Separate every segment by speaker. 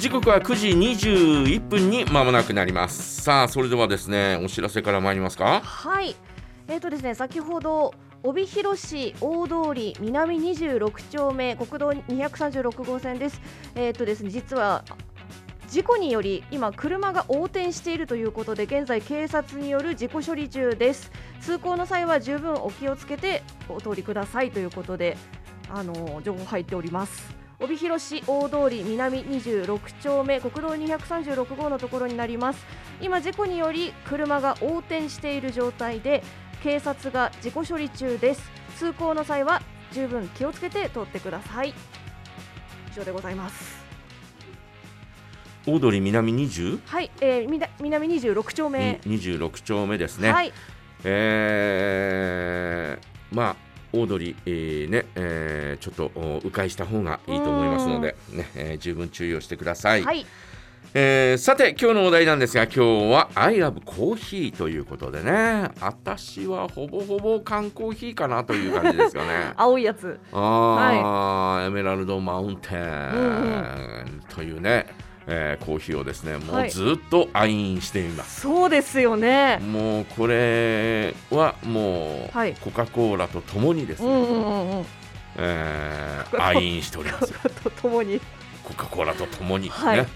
Speaker 1: 時刻は9時21分に間もなくなりますさあそれではですねお知らせから参りますか
Speaker 2: はい、えーとですね、先ほど帯広市大通り南26丁目国道236号線です。えーとですね、実は事故により今車が横転しているということで現在警察による事故処理中です通行の際は十分お気をつけてお通りくださいということであの情報入っております帯広市大通り南26丁目国道236号のところになります今事故により車が横転している状態で警察が事故処理中です通行の際は十分気をつけて通ってください以上でございます
Speaker 1: 大通り南20
Speaker 2: はい、えー、みな南二十六丁目、
Speaker 1: 26丁目ですね、
Speaker 2: はい、
Speaker 1: えーまあオードリー、えーねえーちょっとお迂回した方がいいと思いますので、ねえー十分注意をしてください、
Speaker 2: はい、
Speaker 1: えーさて今日のお題なんですが今日は「I love コーヒー」ということでね私はほぼほぼ缶コーヒーかなという感じですかね
Speaker 2: 青いやつ、
Speaker 1: あー、エメラルドマウンテンというね、えーコーヒーをですねも
Speaker 2: は
Speaker 1: う
Speaker 2: い
Speaker 1: ずっと愛飲しています
Speaker 2: そうですよね。
Speaker 1: もうこれはもう、
Speaker 2: はい
Speaker 1: コカ・コーラとともにです
Speaker 2: う
Speaker 1: ね、
Speaker 2: んうんうんうん、
Speaker 1: えー愛飲しており ますよ
Speaker 2: とともに、
Speaker 1: コカ・コーラとともにね、
Speaker 2: はい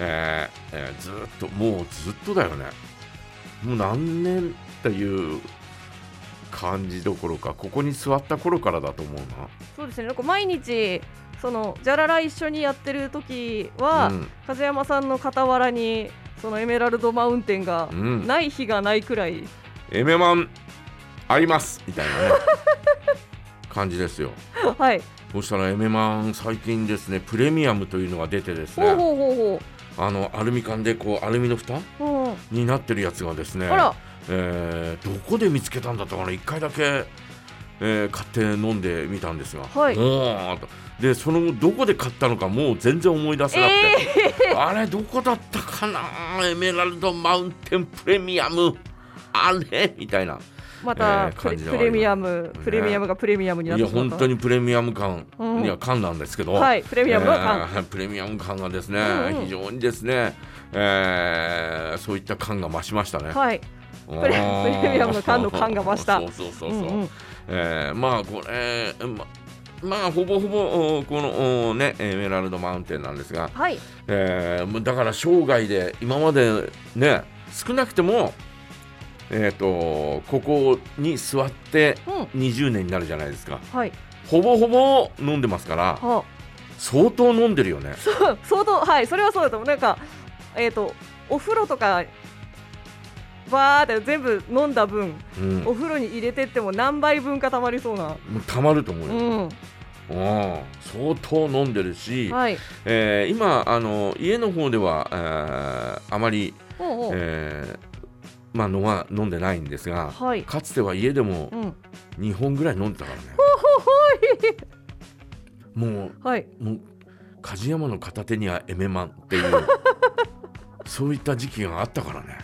Speaker 1: えーえーずーっともうずっとだよねもう何年っていう感じどころかここに座った頃からだと思う
Speaker 2: そうですね。なんか毎日そのジャララ一緒にやってる時
Speaker 1: な、
Speaker 2: は、
Speaker 1: うん
Speaker 2: 風山さんの傍らにそのエメラルドマウンテンが
Speaker 1: うん
Speaker 2: ない日がないくらい、
Speaker 1: エメマンありますみたいなね 感じですよ
Speaker 2: はい、
Speaker 1: そしたらエメマン最近ですねプレミアムというのが出てですね
Speaker 2: ほうほうほう
Speaker 1: あのアルミ缶でこうアルミの蓋
Speaker 2: ほう、うん、
Speaker 1: になってるやつがですね、
Speaker 2: あら、
Speaker 1: えーどこで見つけたんだったかな1回だけ、えー買って飲んでみたんですが、
Speaker 2: はい
Speaker 1: おーとでその後どこで買ったのかもう全然思い出せなくて、 あれどこだったかなエメラルドマウンテンプレミアムあれみたいな
Speaker 2: ま
Speaker 1: えー
Speaker 2: たプレ,、
Speaker 1: 感じがあります
Speaker 2: プレミアム、プレミアムがプレミアムに
Speaker 1: い
Speaker 2: なって
Speaker 1: や
Speaker 2: しまった。
Speaker 1: 本当にプレミアム感
Speaker 2: うん
Speaker 1: には感なんですけど、
Speaker 2: はい、プレミアムは缶、
Speaker 1: えープレミアム感がですね、
Speaker 2: うんうん
Speaker 1: 非常にですね、えーそういった感が増しましたね。
Speaker 2: はい、
Speaker 1: プ
Speaker 2: レプレミアムの缶の缶が増し た
Speaker 1: そうそうそうそう。
Speaker 2: うんうん
Speaker 1: えーまあこれままあほぼほぼおこのおねエメラルドマウンテンなんですが、
Speaker 2: はい、
Speaker 1: えーもうだから生涯で今までね少なくてもえっ、とここに座って
Speaker 2: うん、
Speaker 1: 20年になるじゃないですか。
Speaker 2: はい、
Speaker 1: ほぼほぼ飲んでますから
Speaker 2: はあ。
Speaker 1: 相当飲んでるよね。
Speaker 2: そう相当はいそれはそうだと思うなんかえっ、とお風呂とかバーって全部飲んだ分
Speaker 1: うん。
Speaker 2: お風呂に入れてっても何杯分かたまりそうな
Speaker 1: もうたまると思う
Speaker 2: う
Speaker 1: よ。
Speaker 2: ん
Speaker 1: うん。相当飲んでるし。
Speaker 2: はい
Speaker 1: えー今あの家の方では、えーあまり、
Speaker 2: おうおう
Speaker 1: えーまあ、飲ま飲んでないんですが
Speaker 2: はい
Speaker 1: かつては家でも
Speaker 2: うん
Speaker 1: 2本ぐらい飲んでたからね。も
Speaker 2: はいう
Speaker 1: もう梶山の片手にはエメマンっていう そういった時期があったからね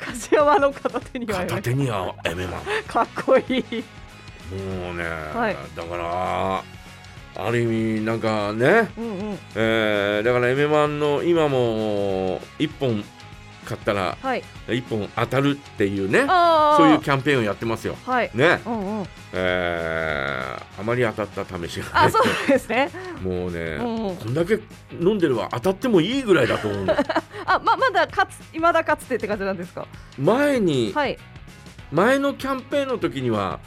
Speaker 2: 梶山の片手には
Speaker 1: 片手にはエメマン
Speaker 2: かっこいい
Speaker 1: もうね、
Speaker 2: はい
Speaker 1: だからある意味なんかね
Speaker 2: うんうん
Speaker 1: えーだからエメマンの今も1本買ったら
Speaker 2: はい
Speaker 1: 1本当たるっていうね
Speaker 2: ああ
Speaker 1: そういうキャンペーンをやってますよ。
Speaker 2: はい
Speaker 1: ね
Speaker 2: うんうん
Speaker 1: えーあまり当たった試しがな
Speaker 2: あ
Speaker 1: い
Speaker 2: そうですね
Speaker 1: もうね、
Speaker 2: うんうん
Speaker 1: こんだけ飲んでれば当たってもいいぐらいだと 思うの
Speaker 2: あままだかつ未だかつてって感じなんですか
Speaker 1: 前に、
Speaker 2: はい
Speaker 1: 前のキャンペーンの時には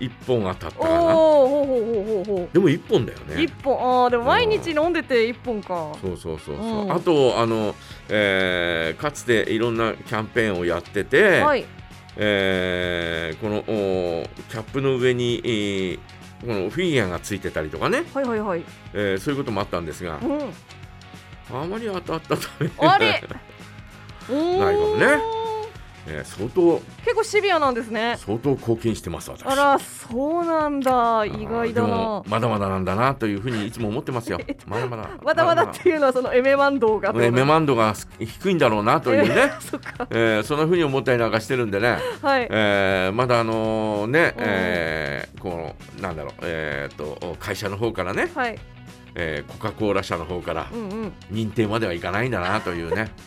Speaker 1: 1本当たった
Speaker 2: おお
Speaker 1: かな
Speaker 2: ほうほうほうほうほう
Speaker 1: でも1本だよね
Speaker 2: 一本ああでも毎日飲んでて一本か
Speaker 1: そうそうそうそう、
Speaker 2: うん
Speaker 1: あとあの、えーかつていろんなキャンペーンをやってて、
Speaker 2: はい
Speaker 1: えーこのおーキャップの上に、えーこのフィギュアがついてたりとかね、
Speaker 2: はいはいはい
Speaker 1: えーそういうこともあったんですが
Speaker 2: う、ん
Speaker 1: あまり当たったため、
Speaker 2: あれ
Speaker 1: ないかもね
Speaker 2: うーん
Speaker 1: えー相当
Speaker 2: 結構シビアなんですね
Speaker 1: 相当貢献してます私
Speaker 2: あらそうなんだ
Speaker 1: あ
Speaker 2: 意
Speaker 1: ー
Speaker 2: 外だ
Speaker 1: で
Speaker 2: な
Speaker 1: もまだまだなんだなというふうにいつも思ってますよまだまだ
Speaker 2: まだまだっていうのはそのエメマン動画、
Speaker 1: まだまだねメマンドが低いんだろうなというね
Speaker 2: そっか
Speaker 1: えーそんなふうに思ったりなんかしてるんでね、
Speaker 2: はい
Speaker 1: えーまだあのね、
Speaker 2: うん
Speaker 1: えーこのなんだろうえーと会社の方からね
Speaker 2: はい
Speaker 1: えーコカ・コーラ社の方から
Speaker 2: うんうん、
Speaker 1: 認定まではいかないんだなというね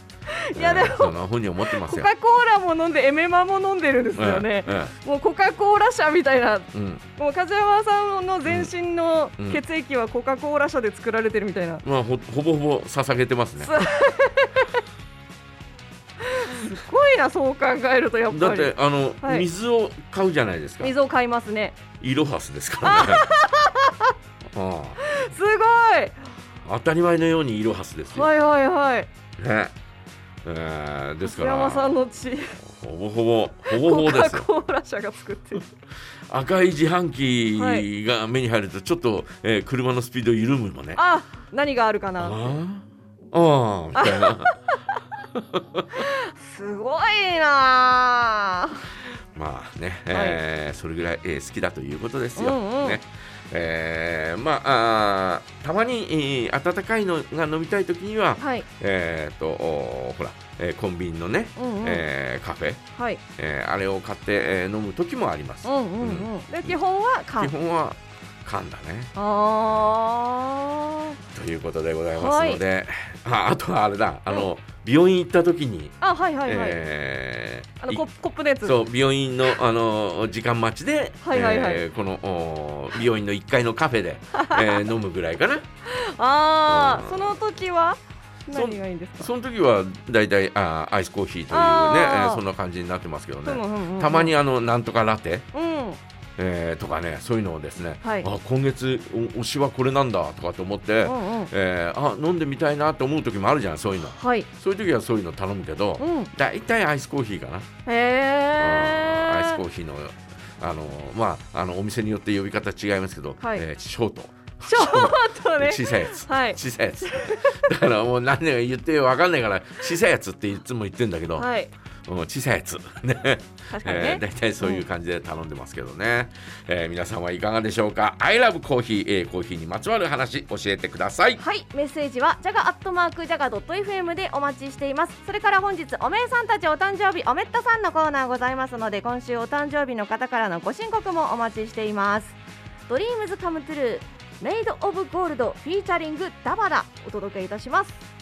Speaker 2: いやでも
Speaker 1: えーそんなふうに思ってます
Speaker 2: コ
Speaker 1: よ。
Speaker 2: カ・コーラも飲んでエメマも飲んでるんですよね、
Speaker 1: え
Speaker 2: もうコカ・コーラ社みたいな
Speaker 1: えうん
Speaker 2: もう梶山さんの全身の
Speaker 1: うん
Speaker 2: 血液はコカ・コーラ社で作られてるみたいな、
Speaker 1: まあ、ほほぼほぼ捧げてます ね
Speaker 2: そ。うすごいなそう考えるとやっ
Speaker 1: だ
Speaker 2: ぱ
Speaker 1: っ
Speaker 2: り
Speaker 1: てあの、
Speaker 2: はい
Speaker 1: 水を買うじゃないですか。
Speaker 2: 水を買いますね
Speaker 1: イロハスですからね。 ああ
Speaker 2: すごい
Speaker 1: 当たり前のようにイロハスですよ。
Speaker 2: はいはいはい
Speaker 1: ね。えーですか
Speaker 2: 梶山さ
Speaker 1: ら
Speaker 2: んの血
Speaker 1: ほぼほぼほぼほ
Speaker 2: コ
Speaker 1: ぼで
Speaker 2: カ・
Speaker 1: すよ
Speaker 2: コーラ社が作ってる
Speaker 1: 赤い自販
Speaker 2: は
Speaker 1: 機が目に入るとちょっと、えー車のスピード緩むのね
Speaker 2: あ何があるか
Speaker 1: あ
Speaker 2: な
Speaker 1: あああみたい な
Speaker 2: すごいなあ
Speaker 1: まあね、えーそれぐらい、えー好きだということですよ、
Speaker 2: うんうん
Speaker 1: ねえーまああーたまに、えー温かいのが飲みたい時には
Speaker 2: はい
Speaker 1: えー、とおほら、えーコンビニのね、
Speaker 2: うんうん、
Speaker 1: えーカフェ、
Speaker 2: はい
Speaker 1: えーあれを買って、えー飲む時もあります、
Speaker 2: うんうんうん、で基本は缶
Speaker 1: 基本は缶だね
Speaker 2: あ
Speaker 1: ということでございますので、ああとはあれだあの、
Speaker 2: は
Speaker 1: 病院行った時に、
Speaker 2: ああはいはいはい、
Speaker 1: えー
Speaker 2: あの
Speaker 1: い
Speaker 2: コップコップのやつ
Speaker 1: そう病院のあの時間待ちで、
Speaker 2: はいはいはい
Speaker 1: えーこのお病院の1階のカフェ で、えー飲むぐらいかな
Speaker 2: あ
Speaker 1: う
Speaker 2: あ
Speaker 1: ん
Speaker 2: その時は
Speaker 1: そ
Speaker 2: 何がいいんですか
Speaker 1: その時は大体あーアイスコーヒーというね、え
Speaker 2: あー
Speaker 1: ーそんな感じになってますけど
Speaker 2: うん
Speaker 1: ね
Speaker 2: うんうん
Speaker 1: たまにあのなんとかラテ、
Speaker 2: うん
Speaker 1: えーとかねそういうのをですね、
Speaker 2: はい
Speaker 1: あ今月お推しはこれなんだとかと思って、
Speaker 2: うんうん
Speaker 1: えーあ飲んでみたいなと思う時もあるじゃんそういうの
Speaker 2: はい
Speaker 1: そういう時はそういうの頼むけど、
Speaker 2: うんへ
Speaker 1: 大体アイスコーヒーかな、うんアイスコ
Speaker 2: え
Speaker 1: ーヒーのあのまああのお店によって呼び方違いますけど、
Speaker 2: はい
Speaker 1: えーショート
Speaker 2: ちょっとね
Speaker 1: 小さいやつ、
Speaker 2: はい
Speaker 1: 小さいやつ だからもう何年か言ってわかんないから小さいやつっていつも言ってんだけど、
Speaker 2: はい
Speaker 1: うん小さいやつ ね
Speaker 2: 確かに
Speaker 1: えー
Speaker 2: ね
Speaker 1: 大体そういう感じで頼んでますけどね、えー皆さんはいかがでしょうか I love コーヒー、えーコーヒーにまつわる話教えてください
Speaker 2: はいメッセージはジャガアットマークジャガドット FM でお待ちしていますそれから本日おめえさんたちお誕生日おめったさんのコーナーございますので今週お誕生日の方からのご申告もお待ちしていますドリームズカムトゥルーメイドオブゴールドフィーチャリングダバダお届けいたします